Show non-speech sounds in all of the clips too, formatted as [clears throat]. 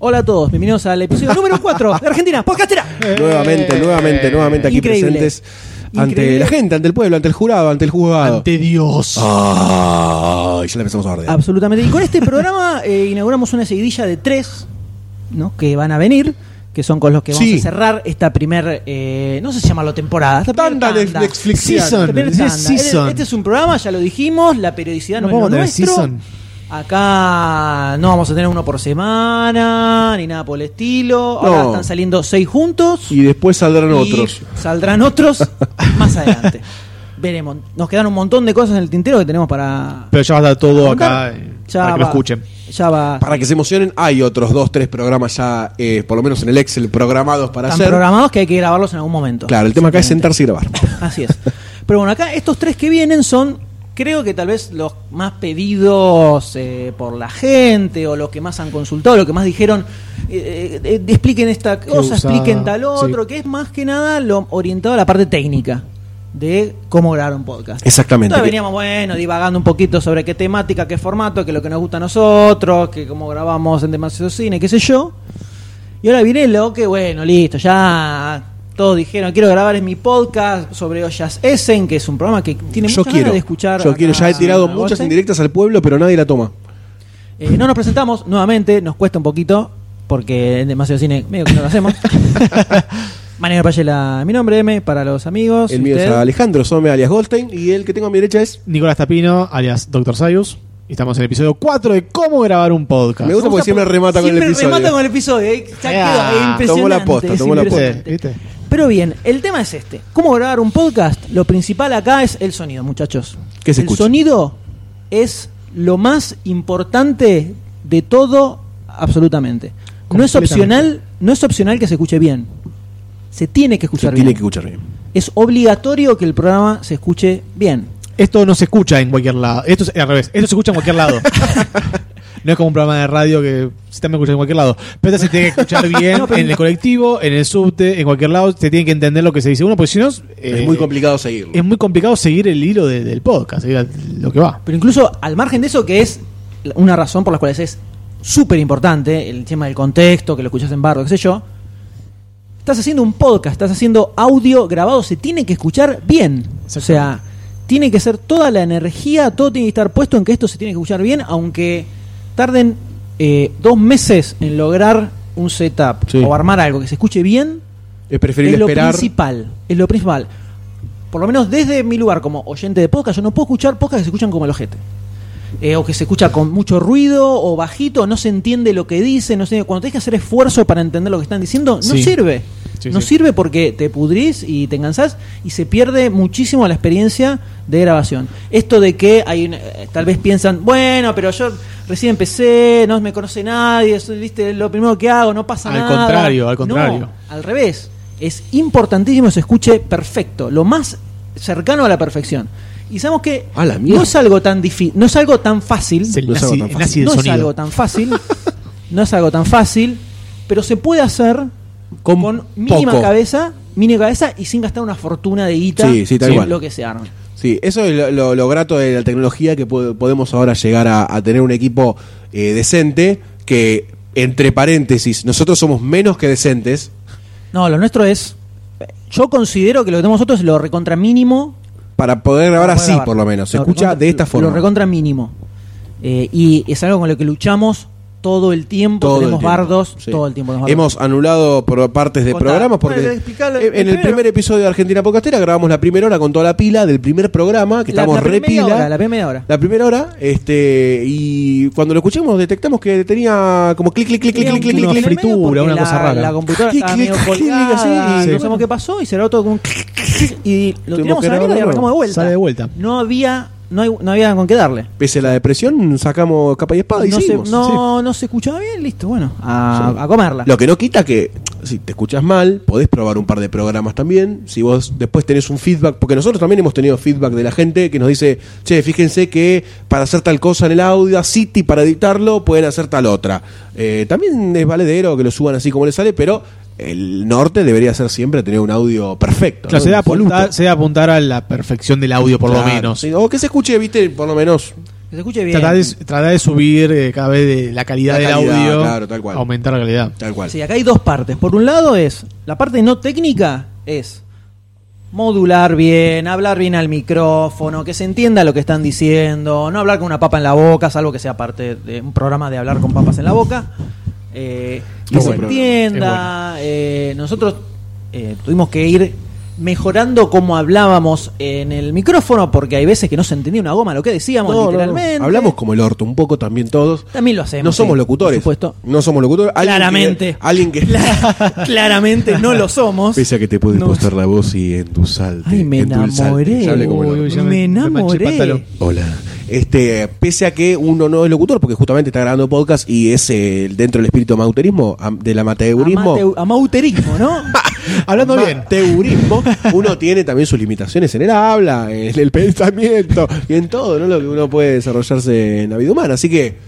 Hola a todos, bienvenidos al episodio [laughs] número 4 de Argentina, podcastera. Nuevamente, nuevamente, nuevamente aquí Eh, Increíble. presentes ante Increíble. la gente, ante el pueblo, ante el jurado, ante el juzgado. Ante Dios. Ah, y ya le empezamos a bardear. Absolutamente. Y con este programa eh, inauguramos una seguidilla de tres, ¿no? Que van a venir, que son con los que vamos Sí. a cerrar esta primer, eh, no sé si llamarlo temporada, esta primer Tanda de Netflix. Esta Season. primer Dice tanda. season. Este, este es un programa, ya lo dijimos, la periodicidad no, No podemos es lo tener nuestro. season. Acá no vamos a tener uno por semana, ni nada por el estilo. Ahora No. están saliendo seis juntos. Y después saldrán Y otros. Saldrán otros [laughs] más adelante. Veremos. Nos quedan un montón de cosas en el tintero que tenemos para. Pero ya va a estar todo acá contar. eh, Ya para que lo va- escuchen. Ya va. Para que se emocionen, hay otros dos, tres programas ya, eh, por lo menos en el Excel, programados para Están hacer. programados que hay que grabarlos en algún momento. Claro, el tema acá es sentarse y grabar. Así es. Pero bueno, acá estos tres que vienen son, creo que tal vez los más pedidos eh, por la gente, o los que más han consultado, los que más dijeron, eh, eh, eh, expliquen esta cosa, usada, expliquen tal sí. otro, que es más que nada lo orientado a la parte técnica de cómo grabar un podcast. Exactamente. Entonces veníamos, bueno, divagando un poquito sobre qué temática, qué formato, qué es lo que nos gusta a nosotros, que cómo grabamos en demasiado cine, qué sé yo. Y ahora viene lo que, bueno, listo, ya todos dijeron, quiero grabar en mi podcast sobre Ollas Essen, que es un programa que tiene Yo muchas quiero. ganas de escuchar. yo quiero. acá Ya he tirado a muchas Goldstein. indirectas al pueblo, pero nadie la toma. Eh, no nos presentamos, nuevamente, nos cuesta un poquito, porque en demasiado cine medio que no lo [laughs] hacemos. Manuel Payela, mi nombre, M, para los amigos. El mío usted. es Alejandro Some, alias Goldstein, y el que tengo a mi derecha es. Nicolás Tapino, alias Dr. Sayus. Y Estamos en el episodio 4 de cómo grabar un podcast. Me gusta porque siempre remata con el Siempre episodio. remata con el episodio. eh, ya quedó, Ah, eh, impresionante, tomó la posta, es tomó la posta. impresionante. Pero bien, el tema es este. ¿Cómo grabar un podcast? Lo principal acá es el sonido, muchachos. Que se el escuche. sonido es lo más importante de todo, absolutamente. No es Completamente. opcional, no es opcional que se escuche bien. Se tiene que Se escuchar bien. tiene que escuchar bien. Es obligatorio que el programa se escuche bien. Esto no se escucha en cualquier lado. Esto es al revés. Esto se escucha en cualquier [laughs] lado. no es como un programa de radio que si también escucha en cualquier lado. Pero esto se tiene que [laughs] escuchar bien en el colectivo, en el subte, en cualquier lado. Se tiene que entender lo que se dice uno, porque si no. eh, es muy complicado seguirlo. Es muy complicado seguir el hilo de- del podcast, seguir al- lo que va. Pero incluso al margen de eso, que es la- una razón por la cual es súper importante, el tema del contexto, que lo escuchás en barro, qué sé yo. Estás haciendo un podcast, estás haciendo audio grabado, se tiene que escuchar bien. O sea, tiene que ser toda la energía, todo tiene que estar puesto en que esto se tiene que escuchar bien, aunque tarden eh, dos meses en lograr un setup Sí. o armar algo que se escuche bien, Es preferible es lo esperar. principal, es lo principal. Por lo menos desde mi lugar como oyente de podcast, yo no puedo escuchar podcasts que se escuchan como el ojete. Eh, o que se escucha con mucho ruido o bajito, no se entiende lo que dice, no sé, cuando tenés que hacer esfuerzo para entender lo que están diciendo, no Sí. sirve. Sí, no sí. sirve porque te pudrís y te engansás y se pierde muchísimo la experiencia de grabación. Esto de que hay una- eh, tal vez piensan, bueno, pero yo recién empecé, no me conoce nadie, eso, viste, lo primero que hago, no pasa Al nada. contrario, al No, contrario. al revés. Es importantísimo que se escuche perfecto, lo más cercano a la perfección. Y sabemos que A la mierda. no es algo tan difícil, no es algo tan fácil, Es el No es algo nazi, tan el nazi del no es sonido. algo tan [laughs] fácil, no es algo tan fácil, pero se puede hacer con, mínima poco. cabeza, mínima cabeza y sin gastar una fortuna de guita Sí, sí, tal en cual. lo que se arma. Sí, eso es lo, lo- lo grato de la tecnología que po- podemos ahora llegar a, a tener un equipo eh, decente que, entre paréntesis, nosotros somos menos que decentes. No, lo nuestro es yo considero que lo que tenemos nosotros es lo recontra mínimo Para poder grabar Para poder así, grabar. por lo menos. Se Lo escucha recontra- de esta Lo forma. recontra mínimo. Eh, y es algo con lo que luchamos todo el tiempo. Todo el tenemos tiempo. bardos, Sí. todo el tiempo. tenemos bardos. Hemos anulado por partes de Contá. programas porque Bueno, explicalo, en- en el primero. primer episodio de Argentina Podcastera grabamos la primera hora con toda la pila del primer programa, que La- estamos la re primera pila. hora, la primera hora. La primera hora, este, y cuando lo escuchamos detectamos que tenía como clic, clic, clic, clic, Tenía clic, un clic, clic clic, una en el clic. medio fritura, porque una la- cosa rara. La computadora Clic, estaba clic, medio clic, colgada, así, no sí. sabemos qué pasó y será todo con un clic, clic, clic, y lo Tuvimos tiramos que a la mierda y grabarlo. arrancamos de vuelta. Sale de vuelta. No había, no, hay- no había con qué darle. Pese a la depresión, sacamos capa y espada y no, se, Ah, hicimos. no, no se escuchaba bien, listo, bueno, a, Sí. a comerla. Lo que no quita que si te escuchas mal, podés probar un par de programas también. Si vos después tenés un feedback, porque nosotros también hemos tenido feedback de la gente que nos dice, che, fíjense que para hacer tal cosa en el audio, a City para editarlo, pueden hacer tal otra. Eh, también es valedero que lo suban así como les sale, pero el norte debería ser siempre tener un audio perfecto. Claro, ¿no? se debe Impoluto. apuntar, se debe apuntar a la perfección del audio, por lo Claro, menos. sí, o que se escuche, viste, por lo menos Que se escuche bien. Tratar de, tratar de subir eh, cada vez de la calidad La del calidad, audio, claro, tal cual. aumentar la calidad. Tal cual. Sí, acá hay dos partes. Por un lado es, la parte no técnica es modular bien, hablar bien al micrófono, que se entienda lo que están diciendo, no hablar con una papa en la boca, salvo que sea parte de un programa de hablar con papas en la boca. eh, que Muy se bueno. entienda. eh, nosotros eh, tuvimos que ir mejorando cómo hablábamos en el micrófono, porque hay veces que no se entendía una goma lo que decíamos No, no, no. literalmente. Hablamos como el orto, un poco también todos. También lo hacemos. no somos sí, locutores. Por supuesto. No somos locutores. Alguien Claramente. que- alguien que. Cla- [laughs] claramente no lo somos. Pese a que te puede No. postar la voz y endulzarte. Ay, me endulzarte, enamoré. ya hablé como el Uy, orto. ya Me enamoré. manché el pantalón. Hola. Este, pese a que uno no es locutor, porque justamente está grabando podcast y es eh, dentro del espíritu amauterismo, am- del amateurismo. Amateu- amauterismo, ¿no? Hablando [laughs] bien. Amateurismo, uno tiene también sus limitaciones en el habla, en el pensamiento y en todo, ¿no? Lo que uno puede desarrollarse en la vida humana. Así que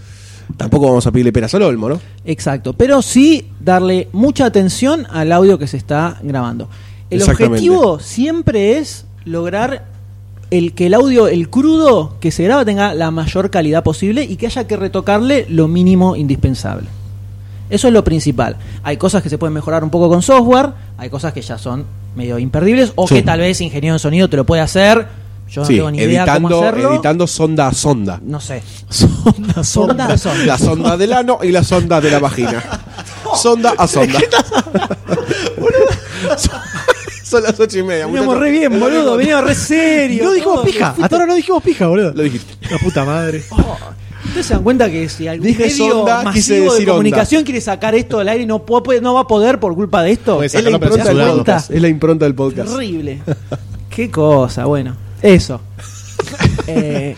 tampoco vamos a pedirle peras al olmo, ¿no? Exacto. Pero sí darle mucha atención al audio que se está grabando. El Exactamente. objetivo siempre es lograr el que el audio, el crudo que se graba tenga la mayor calidad posible y que haya que retocarle lo mínimo indispensable. Eso es lo principal. Hay cosas que se pueden mejorar un poco con software, hay cosas que ya son medio imperdibles o Sí. que tal vez ingeniero en sonido te lo puede hacer. Yo no sí, tengo ni idea cómo editando, hacerlo. editando sonda a sonda. No sé. Sonda, Sonda a sonda. [laughs] La sonda del ano y la sonda de [laughs] la vagina. Sonda a sonda. Son- [laughs] Son las ocho y media. Veníamos muchachos. re bien, boludo, veníamos re serio. No dijimos todo. pija. Hasta ahora no dijimos pija, boludo. Lo dijiste. La [laughs] puta madre. Ustedes se dan cuenta que si algún Dije medio sonda, quise masivo de decir onda. comunicación quiere sacar esto del aire y no, po- puede- no va a poder por culpa de esto. Pues, Es Es la, Sacarlo impronta del censurado. podcast. es la impronta del podcast. terrible. [laughs] Qué cosa, bueno. Eso. [laughs] Eh,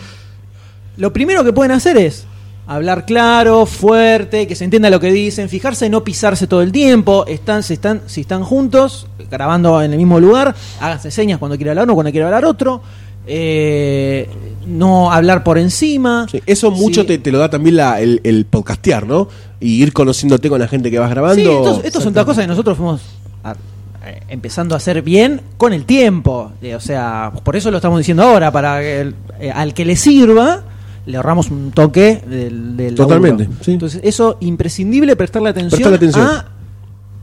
lo primero que pueden hacer es hablar claro, fuerte, que se entienda lo que dicen, fijarse en no pisarse todo el tiempo, están, si están, si están juntos, grabando en el mismo lugar, háganse señas cuando quiera hablar uno, cuando quiera hablar otro. eh, no hablar por encima. Sí, eso mucho Sí. te, te lo da también la- el, el podcastear, ¿no? Y ir conociéndote con la gente que vas grabando. Sí, estos- estos son todas cosas que nosotros fuimos a- eh, empezando a hacer bien con el tiempo. Eh, o sea, por eso lo estamos diciendo ahora, para que el- eh, al que le sirva, le ahorramos un toque del, del laburo. Totalmente, sí. Entonces, eso imprescindible prestarle atención, Prestarle atención. a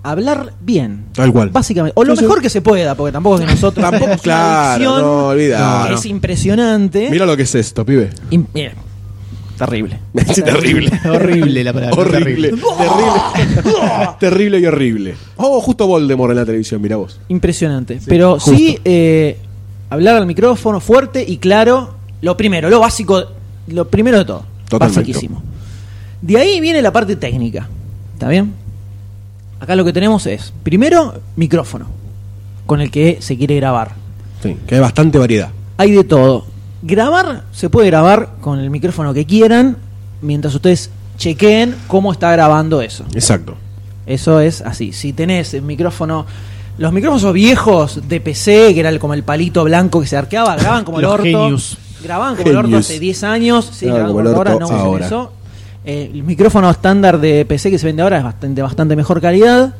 hablar bien. Tal cual. Básicamente. O lo Sí, sí. mejor que se pueda, porque tampoco es que [laughs] nosotros Tampoco, tenemos una claro, adicción no, olvidá, que no. es impresionante. Mira lo que es esto, pibe. [laughs] Im- mira, terrible. Es terrible. Horrible la palabra. Horrible. terrible. [laughs] Terrible. Terrible y horrible. Oh, justo Voldemort en la televisión, mira vos. Impresionante. Pero sí, eh, hablar al micrófono fuerte y claro, lo primero, lo básico, lo primero de todo. Totalmente. Basiquísimo. De ahí viene la parte técnica. ¿Está bien? Acá lo que tenemos es, primero, micrófono, con el que se quiere grabar. Sí, que hay bastante variedad. Hay de todo. Grabar, se puede grabar con el micrófono que quieran, mientras ustedes chequeen cómo está grabando eso. Exacto. Eso es así. Si tenés el micrófono. Los micrófonos viejos de PC, que era el- como el palito blanco que se arqueaba, grababan como el Los orto. genius. Grababan como el orto Genius. hace 10 años. Sí, Graban graban como el como ahora, orto no usen ahora. eso. Eh, el micrófono estándar de PC que se vende ahora es bastante, de bastante mejor calidad.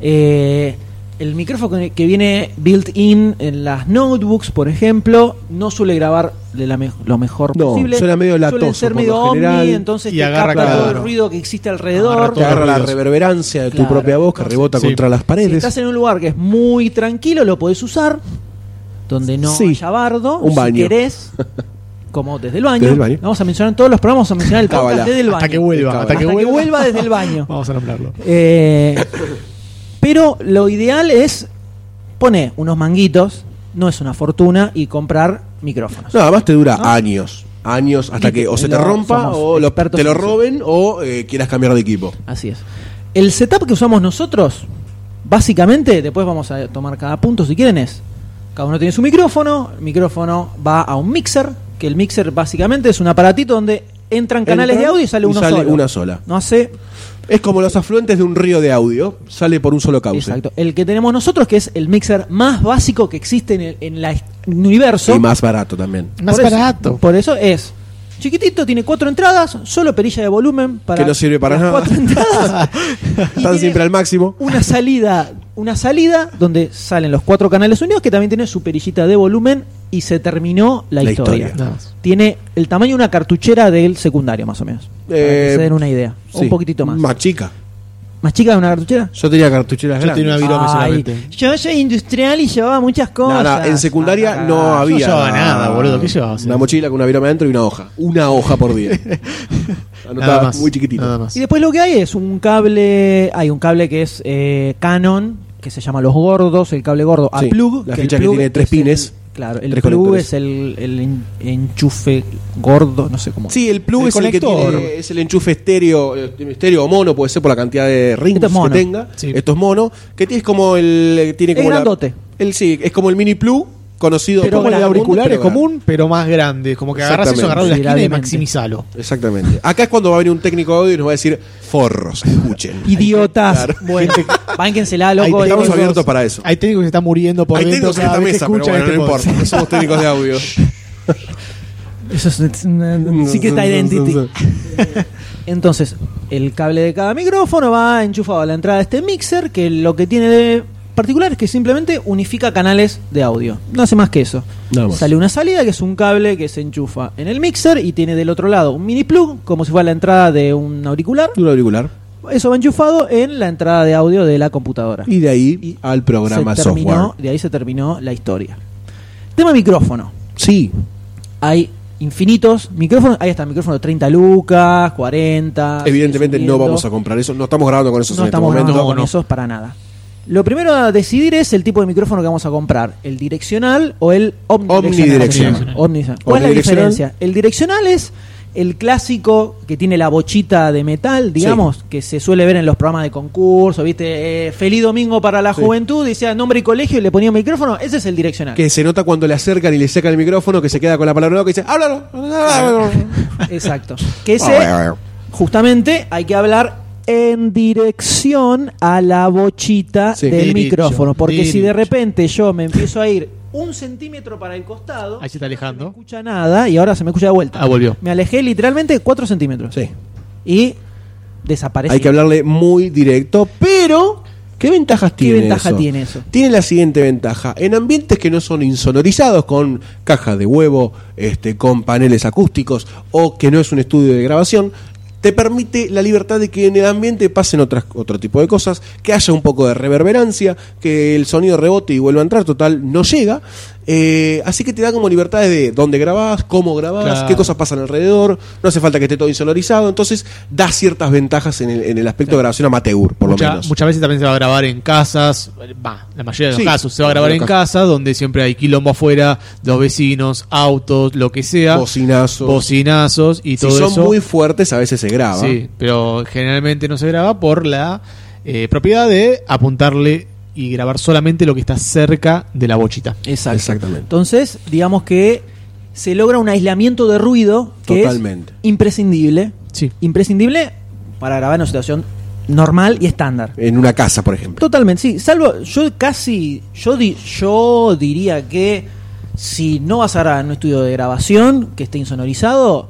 Eh, el micrófono que- que viene built-in en las notebooks, por ejemplo, no suele grabar de la me- lo mejor No, posible. suena medio Suelen latoso ser por medio lo omni, general. entonces Y te agarra capta todo el claro. ruido que existe alrededor. Agarra Te agarra la ruidos. reverberancia de tu Claro. propia voz que rebota Sí. contra las Si paredes. estás en un lugar que es muy tranquilo, lo podés usar. Donde no Sí. haya bardo. Un baño. Si [laughs] querés. Como desde el baño. Desde el baño. Vamos a mencionar en todos los programas, vamos a mencionar el podcast Cábala. desde el baño. Hasta que vuelva. Hasta que Hasta que vuelva vuelva. desde el baño. [laughs] Vamos a nombrarlo. Eh, pero lo ideal es poner unos manguitos, no es una fortuna, y comprar micrófonos. No, además te dura años. Años hasta que o se te Lo- rompa somos o lo- expertos te lo en eso. roben o eh, quieras cambiar de equipo. Así es. El setup que usamos nosotros, básicamente, después vamos a tomar cada punto si quieren, es. Cada uno tiene su micrófono, el micrófono va a un mixer, que el mixer básicamente es un aparatito donde entran canales Entra de audio y sale y uno sale solo. una sola. No hace. Es como los afluentes de un río de audio, sale por un solo cauce. Exacto. El que tenemos nosotros, que es el mixer más básico que existe en el, en la- en el universo. Y más barato también. Por eso- Por eso es. Chiquitito, tiene cuatro entradas, solo perilla de volumen para. [laughs] Que no sirve para las nada. Cuatro entradas. Y Están tiene- siempre al máximo. una salida una salida donde salen los cuatro canales unidos que también tiene su perillita de volumen y se terminó la, La historia. historia. Nada más. Tiene el tamaño de una cartuchera del secundario, más o menos. Para que Eh, se den una idea. O Sí. Un poquitito más. Más chica. ¿Más chica de una cartuchera? Yo tenía cartucheras Yo tenía grandes. una virome Ay, solamente. yo soy industrial y llevaba muchas cosas. Nada, este. en secundaria Ah, no cagada. había. llevaba nada, boludo, ¿qué llevabas? Una mochila con una virome adentro y una hoja. Una hoja por [laughs] día. Nada Anotaba más. muy chiquitito. Nada más. Y después lo que hay es un cable, hay un cable que es eh, Canon, que se llama Los Gordos, el cable gordo a Sí, plug. la el ficha que plug tiene tres es el- pines, claro, el tres plug conectores. es el, el en- enchufe gordo, no sé cómo. Sí, el plug El es el que conector. tiene- es el enchufe estéreo, eh, estéreo o mono, puede ser por la cantidad de rings Esto es mono. que tenga. Sí. Esto es mono, que tiene- es como el eh, tiene Es como la- grandote. el sí, es como el mini plug conocido Pero como el de todo el mundo, auricular es pero grande. común, pero más grande. Como que agarras eso, agarras Exactamente. la esquina y Viralmente. maximizalo. Exactamente. Acá es cuando va a venir un técnico de audio y nos va a decir forros, escuchen. Idiotas. Claro. [laughs] Bueno, bánquensela, Ahí loco. te- Estamos Digo, abiertos para eso. Hay técnicos que se están muriendo por Hay dentro técnicos en cada esta vez que mesa, pero escuchan bueno, no este importa, podcast. no somos técnicos de audio. [laughs] Eso es una secret [laughs] identity. Entonces, el cable de cada micrófono va enchufado a la entrada de este mixer, que lo que tiene de particular es que simplemente unifica canales de audio. No hace más que eso. Nada más. Sale una salida que es un cable que se enchufa en el mixer y tiene del otro lado un mini plug, como si fuera la entrada de un auricular. Un auricular. Eso va enchufado en la entrada de audio de la computadora. Y de ahí Y al programa Se terminó- software. De ahí se terminó la historia. Tema micrófono Sí. hay infinitos micrófonos. Ahí está, micrófono de 30 lucas, 40. Evidentemente no subiendo. vamos a comprar eso. No estamos grabando con eso Ah, No en este estamos momento. grabando con esos para nada. Lo primero a decidir es el tipo de micrófono que vamos a comprar: el direccional o el omnidireccional. Omnidireccional. Omnidireccional. ¿Cuál es la Omnidireccional. diferencia? El direccional es el clásico que tiene la bochita de metal, digamos, que se suele ver en los programas de concurso, ¿viste? Eh, feliz domingo para la Sí. juventud, decía nombre y colegio y le ponía micrófono. Ese es el direccional. Que se nota cuando le acercan y le sacan el micrófono que se queda con la palabra loca y dice, háblalo. háblalo". Ah, Exacto. [laughs] Que ese, justamente, hay que hablar en dirección a la bochita Sí. del Derecho, micrófono. Porque si de derecho. repente yo me empiezo a ir un centímetro para el costado, Ahí se no me está alejando. escucha nada y ahora se me escucha de vuelta. Ah, volvió. Me alejé literalmente cuatro centímetros. Sí. Y desaparecí. Hay que hablarle muy directo, pero ¿qué ventajas ¿Qué tiene ventaja eso? tiene eso? Tiene la siguiente ventaja. En ambientes que no son insonorizados, con cajas de huevo, este, con paneles acústicos, o que no es un estudio de grabación, te permite la libertad de que en el ambiente pasen otras, otro tipo de cosas, que haya un poco de reverberancia, que el sonido rebote y vuelva a entrar, total, no llega. Eh, así que te da como libertades de dónde grabás, cómo grabás, Claro. qué cosas pasan alrededor, no hace falta que esté todo insonorizado, entonces da ciertas ventajas en el, en el aspecto de grabación amateur, por Mucha- lo menos. Muchas veces también se va a grabar en casas, va, la mayoría de los Sí, casos se va a la grabar en mayoría de los casa, donde siempre hay quilombo afuera, los vecinos, autos, lo que sea, Bocinazo. bocinazos y si todo son eso. muy fuertes, a veces se graba. sí, pero generalmente no se graba por la eh, propiedad de apuntarle y grabar solamente lo que está cerca de la bochita. Exacto. Exactamente. Entonces, digamos que se logra un aislamiento de ruido que Totalmente. es imprescindible. Sí. Imprescindible para grabar en una situación normal y estándar. En una casa, por ejemplo. Totalmente, sí. Salvo, yo casi, yo, di- yo diría que si no vas a grabar en un estudio de grabación que esté insonorizado,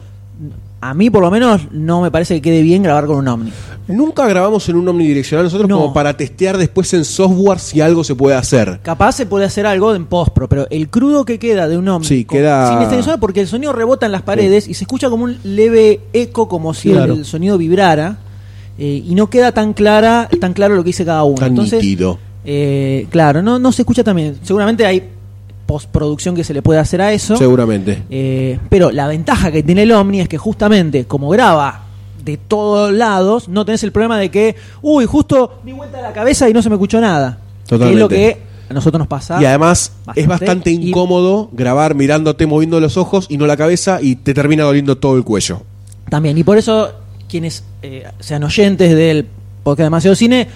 a mí por lo menos no me parece que quede bien grabar con un ovni. Nunca grabamos en un omnidireccional nosotros No. como para testear después en software si algo se puede hacer. Capaz se puede hacer algo en postpro, pero el crudo que queda de un ovni Sí, con- queda- sin este sonido, porque el sonido rebota en las paredes y se escucha como un leve eco, como si Claro. el, sonido vibrara eh, y no queda tan clara, tan claro lo que dice cada uno. Tan Entonces, nítido. eh, claro, no, no se escucha también. Seguramente hay postproducción que se le puede hacer a eso. Seguramente. Eh, pero la ventaja que tiene el Omni es que justamente como graba de todos lados, no tenés el problema de que, uy, justo di vuelta la cabeza y no se me escuchó nada. Totalmente. Que es lo que a nosotros nos pasa. Y además bastante. es bastante Y- incómodo grabar mirándote, moviendo los ojos y no la cabeza y te termina doliendo todo el cuello. También, y por eso quienes eh, sean oyentes del podcast Demasiado Cine,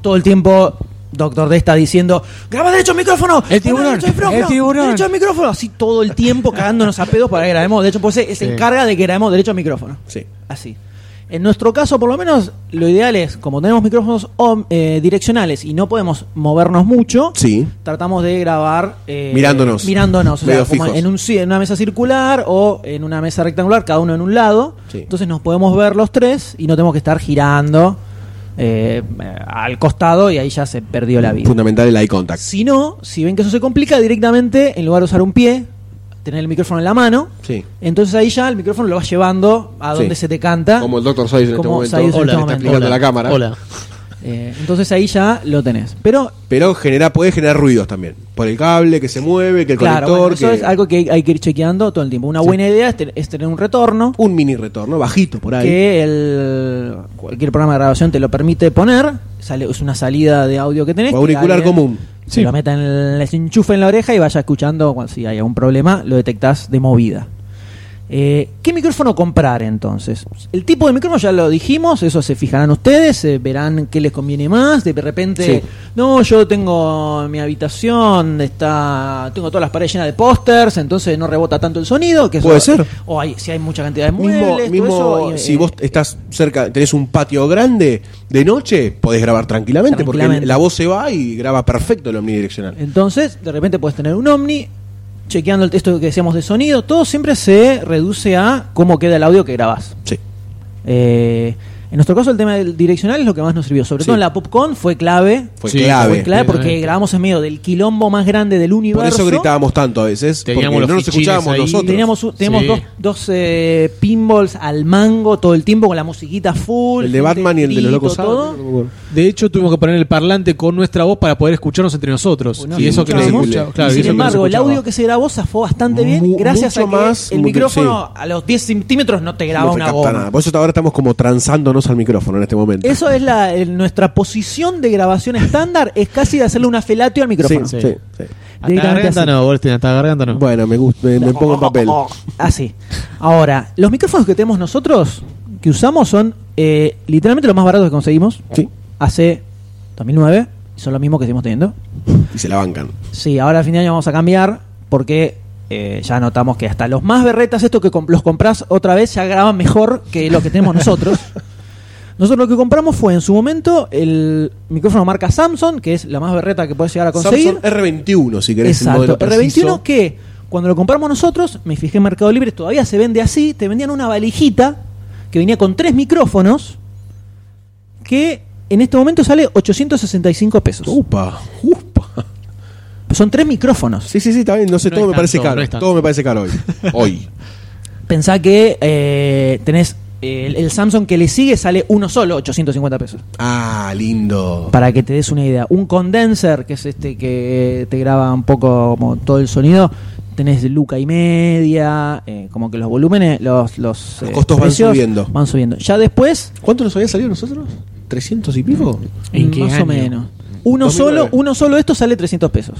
todo el tiempo Doctor D está diciendo, graba derecho el micrófono, El graba tiburón, derecho el micrófono, el tiburón". derecho el micrófono, así todo el tiempo cagándonos a pedos para que grabemos, de hecho, por eso se Sí. encarga de que grabemos derecho al micrófono. Sí. Así. En nuestro caso, por lo menos, lo ideal es, como tenemos micrófonos om- eh, direccionales y no podemos movernos mucho, Sí. tratamos de grabar eh, Mirándonos. mirándonos o sea, Medio como fijos. en, un, ci- en una mesa circular o en una mesa rectangular, cada uno en un lado. Sí. Entonces nos podemos ver los tres y no tenemos que estar girando eh, al costado y ahí ya se perdió la vida. Fundamental el eye contact. Si no, si ven que eso se complica, directamente, en lugar de usar un pie, tener el micrófono en la mano, Sí. entonces ahí ya el micrófono lo vas llevando a Sí. donde se te canta. Como el Dr. Sayers en este Como momento. Sayers en Hola, este le está momento. explicando a la cámara. Hola. Eh, entonces ahí ya lo tenés. Pero, Pero genera, puede generar ruidos también. Por el cable que se mueve, que el claro, bueno, conector. eso que- es algo que hay, hay que ir chequeando todo el tiempo. Una buena idea es, ten- es tener un retorno Un mini retorno, bajito por ahí. que el, cualquier programa de grabación te lo permite poner. Sale, es una salida de audio que tenés. O auricular que alguien común. Se Sí. lo meta en el, les enchufe en la oreja y vaya escuchando. cuando- si hay algún problema, lo detectás de movida. Eh, ¿Qué micrófono comprar entonces? El tipo de micrófono ya lo dijimos, eso se fijarán ustedes, eh, verán qué les conviene más. De repente, Sí. no, yo tengo mi habitación, está, tengo todas las paredes llenas de pósters, entonces no rebota tanto el sonido. Que eso- Puede ser. O hay, si hay mucha cantidad de Mismo, muebles, mismo todo eso, y, si eh, vos estás cerca, tenés un patio grande, de noche podés grabar tranquilamente, porque Tranquilamente. la voz se va y graba perfecto el omnidireccional. Entonces, de repente puedes tener un ovni, chequeando el texto que decíamos de sonido, todo siempre se reduce a cómo queda el audio que grabás. Sí. Eh, en nuestro caso, el tema del direccional es lo que más nos sirvió. Sobre Sí. todo en la PopCon fue clave. Fue Sí, clave. Fue clave porque Obviamente. grabamos en medio del quilombo más grande del Por universo. eso gritábamos tanto a veces. Teníamos porque los no nos fichines escuchábamos ahí. nosotros. Teníamos, un- teníamos Sí. dos, dos, eh, pinballs al mango todo el tiempo con la musiquita full. el de Batman y el de los grito, locos todo. Adams, no me acuerdo. De hecho, tuvimos que poner el parlante con nuestra voz para poder escucharnos entre nosotros. Pues no y nos eso que no se escuchábamos. escucha. Y Claro, y sin eso que no se embargo, el escuchaba. audio que se grabó zafó bastante bien Mu- gracias a que mucho más, el mu- micrófono sí. a los 10 centímetros no te graba No te una capta goma. nada. Por eso ahora estamos como transándonos al micrófono en este momento. Eso es la, el- nuestra posición de grabación estándar, es casi de hacerle una felatio al Sí, micrófono. sí, Sí. sí. Hasta Directamente garganta así. no, Goldstein, hasta garganta no. Bueno, me, gusta, [laughs] me, me pongo en papel. Así. Ahora, los micrófonos que tenemos nosotros, que usamos, son eh, literalmente los más baratos que conseguimos Sí. hace 2009, y son los mismos que seguimos teniendo. Y se la bancan. Sí, ahora a fin de año vamos a cambiar porque eh, ya notamos que hasta los más berretas, estos que comp- los compras otra vez, ya graban mejor que los que tenemos [laughs] nosotros. Nosotros lo que compramos fue en su momento el micrófono marca Samsung, que es la más berreta que puedes llegar a conseguir. Samsung R21, si querés el Exacto. modelo preciso. R21 que cuando lo compramos nosotros, me fijé en Mercado Libre, todavía se vende así, te vendían una valijita que venía con tres micrófonos que en este momento sale 865 pesos. Upa, upa. Son tres micrófonos. Sí, sí, sí, está bien. No sé, No todo me es parece tanto, caro. no es tanto. todo me parece [laughs] caro hoy. Hoy. Pensá que eh, tenés eh, el, el Samsung que le sigue sale uno solo, 850 pesos. Ah, lindo. Para que te des una idea. Un condenser, que es este que te graba un poco como todo el sonido, tenés luca y media, eh, como que los volúmenes, los, los, eh, Los costos van subiendo. Van subiendo. Ya después, mm, ¿Cuánto nos había salido a nosotros? ¿300 y pico? ¿En qué más o año? menos. Uno 2009. solo, uno solo esto sale 300 pesos.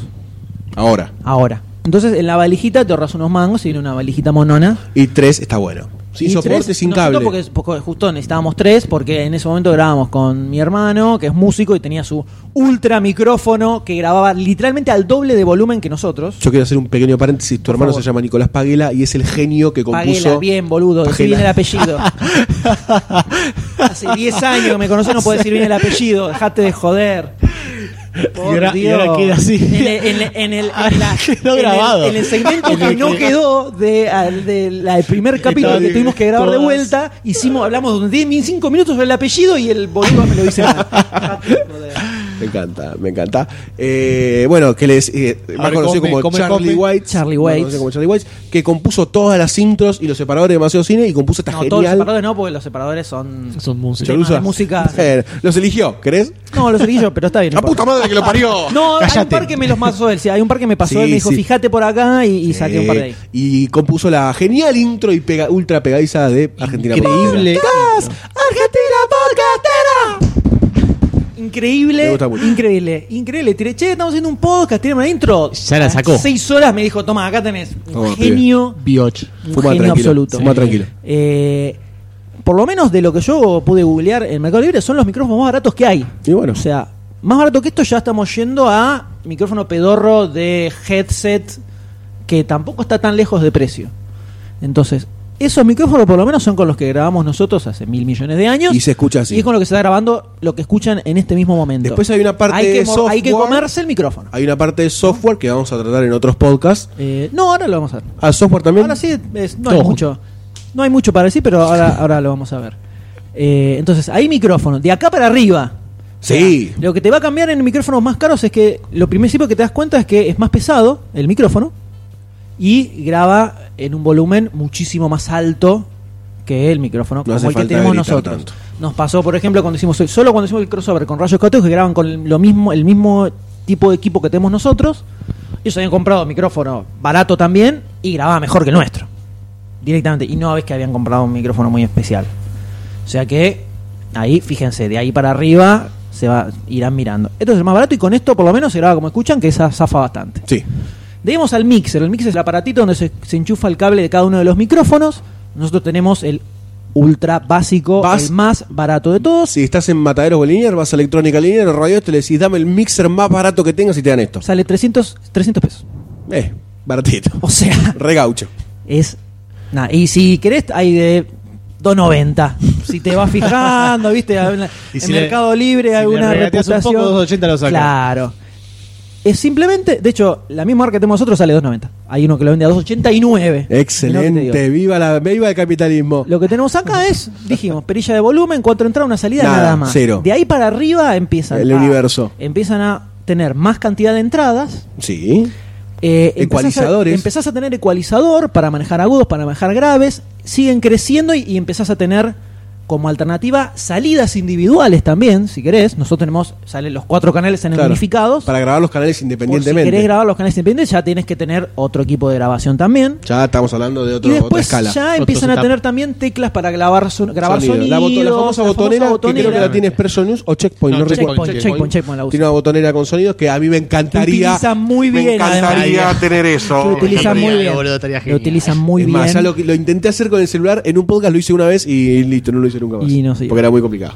Ahora. Ahora. Entonces en la valijita te ahorras unos mangos y viene una valijita monona. Y 3 está bueno. Sin Y soporte, tres, sin nosotros cable. Porque, porque justo necesitábamos tres, porque en ese momento grabábamos con mi hermano, que es músico y tenía su ultra micrófono que grababa literalmente al doble de volumen que nosotros. Yo quiero hacer un pequeño paréntesis. Tu hermano favor. se llama Nicolás Paguela y es el genio que compuso. Paguela, bien, boludo, decí Paguela. bien el apellido. [laughs] Hace 10 años que me conocés, no puedo decir bien el apellido, dejate de joder. Por Y ahora- y Dios. ahora queda así. Ah, En el, en el- en [laughs] el- en la- Quedó en el- grabado. en el segmento que no quedó de, al- de la- del primer capítulo Estaba que bien. tuvimos que grabar de Todas. vuelta, hicimos, hablamos de 5 minutos sobre el apellido y el boludo me lo dice [laughs] mal. Dejate de joder. Me encanta, me encanta. Eh, bueno, que les eh, más ver, conocido come, como come, Charlie come. White. Charlie más Waits. conocido como Charlie White, que compuso todas las intros y los separadores de Demasiado Cine y compuso esta No, todos los genial. separadores no, porque los separadores son. Son músicos. temas Chalusa. de música. Eh, los eligió, ¿querés? No, los seguí yo, pero está bien. no ¡La importa. puta madre que lo [laughs] parió! No, hay un Cállate. par que me los pasó él. sí, hay un par que me pasó Sí, él. Me dijo, sí. fíjate por acá y, y saqué un par de ahí. Eh, Y compuso la genial intro y pega- ultra pegadiza de Argentina. Increíble. ¡Argentina Podcastera! Increíble. Me gusta mucho. Increíble. Increíble. Tiré, che, estamos haciendo un podcast, tiene una intro. Ya la sacó. Seis horas me dijo, toma, acá tenés. Un Toma, pibe. genio. Bioch. Un Fuma genio tranquilo, absoluto. fuma tranquilo. Eh, por lo menos de lo que yo pude googlear en Mercado Libre son los micrófonos más baratos que hay. Y bueno. O sea, más barato que esto ya estamos yendo a micrófono pedorro de headset que tampoco está tan lejos de precio. Entonces, esos micrófonos por lo menos son con los que grabamos nosotros hace mil millones de años. Y se escucha así. Y es con lo que se está grabando lo que escuchan en este mismo momento. Después hay una parte hay que, de mor- hay que software. comerse el micrófono. Hay una parte de software que vamos a tratar en otros podcasts. Eh, no, ahora lo vamos a ver. ¿Al software también? Ahora sí, es- no Todo hay junto. mucho. No hay mucho para decir, pero ahora, ahora lo vamos a ver. Eh, entonces, hay micrófono, de acá para arriba. Sí. O sea, lo que te va a cambiar en micrófonos más caros es que lo principio que te das cuenta es que es más pesado el micrófono y graba en un volumen muchísimo más alto que el micrófono, como hace el que falta tenemos gritar nosotros. tanto. Nos pasó, por ejemplo, cuando hicimos solo cuando hicimos el crossover con Rayos Católicos que graban con lo mismo, el mismo tipo de equipo que tenemos nosotros. Ellos habían comprado micrófono barato también y grababa mejor que el nuestro. Directamente. Y no ves que habían comprado un micrófono muy especial. O sea que ahí, fíjense, de ahí para arriba se va, irán mirando. Esto es el más barato y con esto por lo menos se graba como escuchan, que esa zafa bastante. Sí. Demos al mixer. El mixer es el aparatito donde se, se enchufa el cable de cada uno de los micrófonos. Nosotros tenemos el ultra básico, Bas- el más barato de todos. Si estás en Mataderos o Linear, vas a Electrónica Linear o Radio Este, le decís, dame el mixer más barato que tengas y te dan esto. Sale 300, 300 pesos. Eh, [laughs] baratito. O sea, Regaucho. es... nada. Y si querés, hay de 2.90. Si te vas fijando, viste, en, la- [laughs] Y en si le- Mercado Libre si alguna le regateas un reputación. poco, 2.80 lo sacas. Claro. Es simplemente, de hecho, la misma marca que tenemos nosotros sale 2.90. Hay uno que lo vende a 2.89. Mirá lo que te digo. Excelente. Viva, la, viva el capitalismo. Lo que tenemos acá es, dijimos, perilla de volumen, cuatro entradas, una salida, Nada, nada, más. cero. De ahí para arriba empiezan. El a- universo. Empiezan a tener más cantidad de entradas. Sí. eh, empezás a- Ecualizadores. Empezás a tener ecualizador para manejar agudos, para manejar graves. Siguen creciendo y, y empezás a tener como alternativa salidas individuales también, si querés. Nosotros tenemos, salen los cuatro canales en el Claro. unificados. Para grabar los canales Por si independientemente. querés grabar los canales independientes, ya tienes que tener otro equipo de grabación también. ya estamos hablando de otro, Y otra después escala. ya otro empiezan a setup. tener también teclas para grabar, son- grabar Sonido. sonidos. la, boto- la famosa botonera, que creo que la tiene Expresso News o Checkpoint, no, No, recuerdo. Checkpoint, Checkpoint, Checkpoint, Checkpoint la usa. Tiene una botonera con sonidos que a mí me encantaría. Utiliza muy bien, Me encantaría Quería tener Lo eso. utilizan muy bien. boludo, estaría Lo genial. utilizan muy es bien. más, ya lo, lo intenté hacer con el celular en un podcast, lo hice una vez y listo, no lo hice nunca más. Y no se hizo. porque era muy complicado.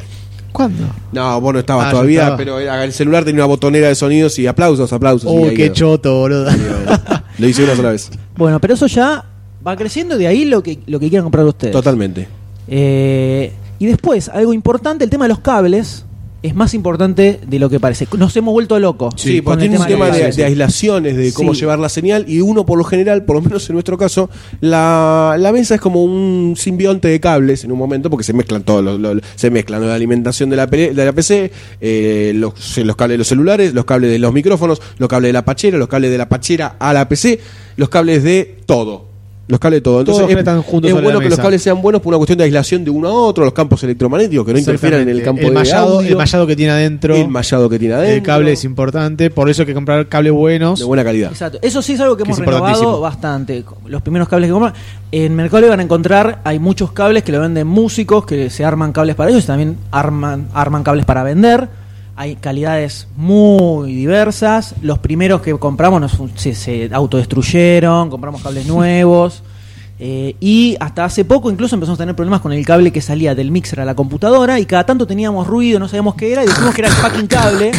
¿Cuándo? No, vos no estabas Ah, yo todavía, estaba. pero era- el celular tenía una botonera de sonidos y aplausos, aplausos. y Uy, ahí Oh, qué quedó. choto, boludo. [laughs] Lo hice una sola vez. Bueno, pero eso ya va creciendo de ahí lo que, lo que quieran comprar ustedes. Totalmente. Eh, y después, algo importante, el tema de los cables es más importante de lo que parece. Nos hemos vuelto locos. Sí, con porque el tiene un tema los de, cables. de aislaciones, de cómo Sí. llevar la señal, y uno por lo general, por lo menos en nuestro caso, la, la mesa es como un simbionte de cables en un momento, porque se mezclan todos los, los- se mezclan la alimentación de la, pele- de la PC, eh, los, los cables de los celulares, los cables de los micrófonos, los cables de la pachera, los cables de la pachera a la PC, los cables de todo. Los cables de todo. Entonces, Todos es, están juntos es sobre la bueno que los mesa. cables sean buenos por una cuestión de aislación de uno a otro, los campos electromagnéticos que no interfieran en el campo el de mallado, audio, El mallado que tiene adentro. el mallado que tiene adentro. El cable es importante, por eso hay que comprar cables buenos. de buena calidad. Exacto. Eso sí es algo que Que hemos es renovado importantísimo. bastante. Los primeros cables que compran. En Mercado Libre van a encontrar, hay muchos cables que lo venden músicos, que se arman cables para ellos y también arman, arman cables para vender. Hay calidades muy diversas. Los primeros que compramos nos fun- se, se autodestruyeron, compramos cables nuevos. [laughs] Eh, y hasta hace poco incluso empezamos a tener problemas con el cable que salía del mixer a la computadora y cada tanto teníamos ruido, no sabíamos qué era y dijimos que era el fucking [laughs] cable.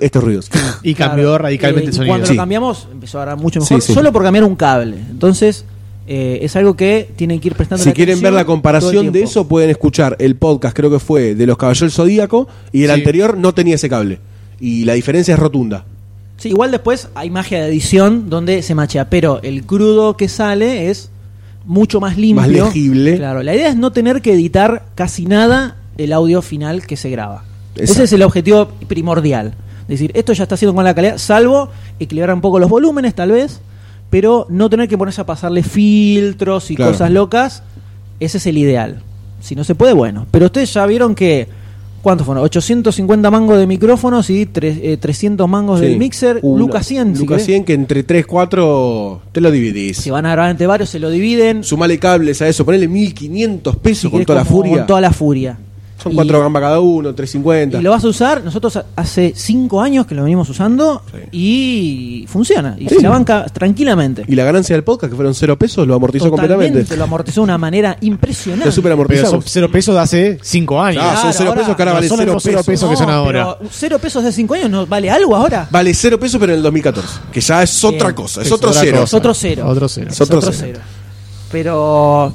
Estos ruidos. Y cambió Claro. radicalmente Eh, el y sonido. Cuando Sí. lo cambiamos, empezó a dar mucho mejor, Sí, sí. solo por cambiar un cable. Entonces, eh, es algo que tienen que ir prestando Si quieren ver la comparación de eso, pueden escuchar el podcast, creo que fue de los Caballeros del Zodíaco, y el Sí. anterior no tenía ese cable. Y la diferencia es rotunda. Sí, igual después hay magia de edición donde se machea, pero el crudo que sale es mucho más limpio. Más legible. Claro, la idea es no tener que editar casi nada el audio final que se graba. Exacto. Ese es el objetivo primordial. Es decir, esto ya está haciendo con la calidad, salvo equilibrar un poco los volúmenes tal vez, pero no tener que ponerse a pasarle filtros y Claro. cosas locas. Ese es el ideal. Si no se puede, bueno. Pero ustedes ya vieron que... ¿Cuántos fueron? 850 mangos de micrófonos y tres- eh, 300 mangos del Sí. mixer. Una- Lucas 100. si Lucas querés. 100, que entre 3, 4 te lo dividís. Se van a grabar entre varios, se lo dividen. Sumale cables a eso, ponele 1500 pesos si con querés, toda la como- furia. Con toda la furia. Son Y- 4 gambas cada uno, 350. Y lo vas a usar, nosotros ha- hace 5 años que lo venimos usando y funciona. Y Sí. se la banca tranquilamente. Y la ganancia del podcast, que fueron 0 pesos, lo amortizó completamente. Lo amortizó de una [laughs] manera impresionante. Lo super Pero son amortizamos. cero pesos de hace cinco años. Ah, son Claro, 0 ahora- pesos que ahora no vale son 0 los cero pesos. pesos. que son ahora. pero cero pesos de cinco años no vale algo ahora. Vale 0 pesos, pero en el 2014. Que ya es otra cosa, es es otro otra cero. cosa. Es otro cero. Otro cero. Es otro Otro cero. cero. Pero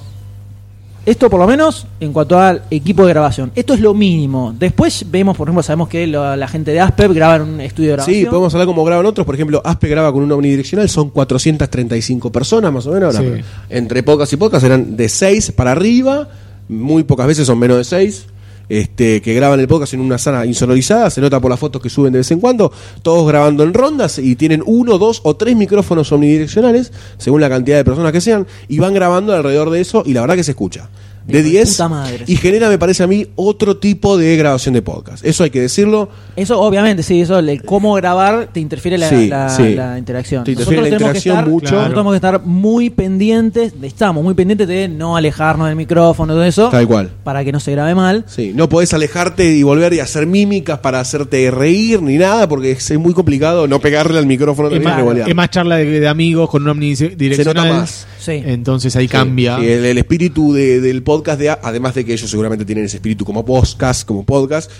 esto por lo menos en cuanto al equipo de grabación. Esto es lo mínimo. Después vemos, por ejemplo, sabemos que lo- la gente de Aspep graba en un estudio de grabación. Sí, podemos hablar como graban otros. Por ejemplo, Aspe graba con un omnidireccional, son 435 personas más o menos. ahora. Sí. Entre pocas y pocas eran de 6 para arriba, muy pocas veces son menos de 6. este, que graban el podcast en una sala insonorizada, se nota por las fotos que suben de vez en cuando, todos grabando en rondas y tienen uno, dos o tres micrófonos omnidireccionales, según la cantidad de personas que sean, y van grabando alrededor de eso y la verdad que se escucha. De Hijo de 10 puta madre. y genera, me parece a mí, otro tipo de grabación de podcast. Eso hay que decirlo. Eso, obviamente, sí, eso, el cómo grabar te interfiere la, Sí, la- sí. la interacción. Te interfiere Nosotros la tenemos que interacción estar- mucho. Nosotros tenemos que estar muy pendientes, estamos muy pendientes de no alejarnos del micrófono, todo eso, Tal cual. para que no se grabe mal. Sí, no podés alejarte y volver y hacer mímicas para hacerte reír ni nada, porque es es muy complicado no pegarle al micrófono Es también más, y revolear. es más charla de, de amigos con un omnidireccional. Se nota más. Sí. Entonces ahí Sí, cambia. sí, el, el espíritu de- del podcast, de, A- además de que ellos seguramente tienen ese espíritu como podcast, como podcast,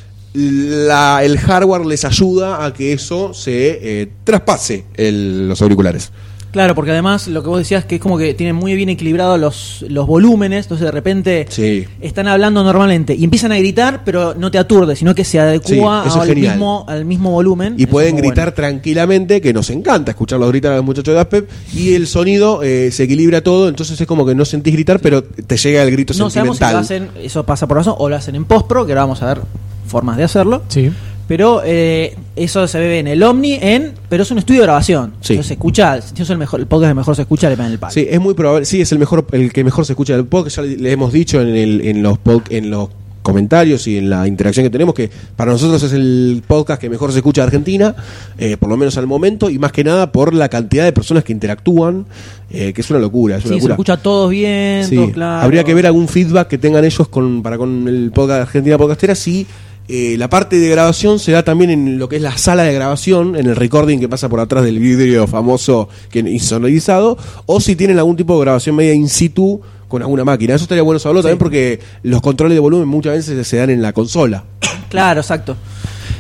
la- el hardware les ayuda a que eso se eh, traspase el- los auriculares. Claro, porque además lo que vos decías que es como que tienen muy bien equilibrados los, los volúmenes, entonces de repente Sí. están hablando normalmente y empiezan a gritar, pero no te aturde, sino que se Sí, adecua eso al, es genial. mismo, al mismo volumen. Y Eso es pueden muy gritar bueno. tranquilamente, que nos encanta escucharlos gritar a los muchachos de Aspep, y el sonido eh, se equilibra todo, entonces es como que no sentís gritar, pero te llega el grito No sabemos si lo sentimental. hacen, eso pasa por razón, o lo hacen en postpro, que ahora vamos a ver formas de hacerlo. Sí. Pero eh, eso se ve en el Omni, en pero es un estudio de grabación. Sí. Entonces se escucha, si es el mejor, el podcast que mejor se escucha le pegan el palo. Sí, es muy probable. Sí, es el mejor, el que mejor se escucha del podcast. Ya le, le hemos dicho en, el, en los pod- en los comentarios y en la interacción que tenemos que para nosotros es el podcast que mejor se escucha de Argentina, eh, por lo menos al momento y más que nada por la cantidad de personas que interactúan, eh, que es una locura. Es Sí, una se locura. escucha todos bien, Sí, todos claros. Habría que ver algún feedback que tengan ellos con, para con el podcast de Argentina Podcastera si eh, la parte de grabación se da también en lo que es la sala de grabación, en el recording que pasa por atrás del vidrio famoso que insonorizado, o si tienen algún tipo de grabación media in situ con alguna máquina. Eso estaría bueno saberlo también porque los controles de volumen muchas veces se dan en la consola. Claro, exacto.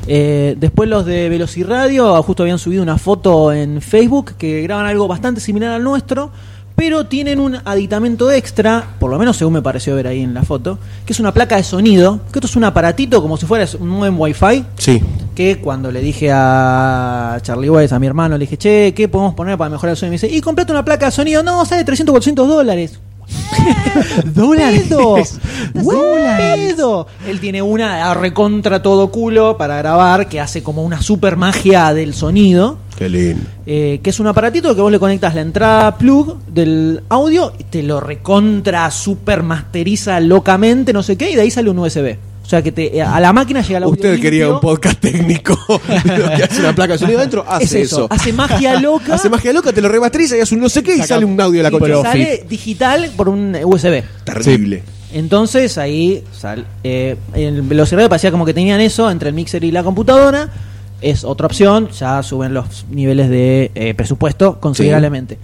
Eh, después los de Velociradio ah, justo habían subido una foto en Facebook que graban algo bastante similar al nuestro, pero tienen un aditamento extra, por lo menos según me pareció ver ahí en la foto, que es una placa de sonido, que esto es un aparatito como si fuera un modem wifi, Sí. que cuando le dije a Charlie Weiss, a mi hermano, le dije, che, ¿qué podemos poner para mejorar el sonido? Y me dice, y comprate una placa de sonido, no, sale 300, 400 [laughs] dólares. ¿Dólares? [laughs] Pedo. ¿Dólares? Pedo. Él tiene una a recontra todo culo para grabar que hace como una super magia del sonido. Qué lindo. eh, que es un aparatito que vos le conectas la entrada plug del audio y te lo recontra super masteriza locamente, no sé qué, y de ahí sale un USB. O sea que te, a la máquina llega el audio. Usted quería limpio. un podcast [laughs] técnico de lo que hace una placa de sonido adentro, hace Es eso. Hace [laughs] magia loca. Hace magia loca, te lo remasteriza y hace un no sé qué y Saca- sale un audio de la y te concha. sale digital por un USB. Terrible. Entonces ahí sal, eh, en Velociraptor parecía como que tenían eso entre el mixer y la computadora. Es otra opción, ya suben los niveles de eh, presupuesto considerablemente.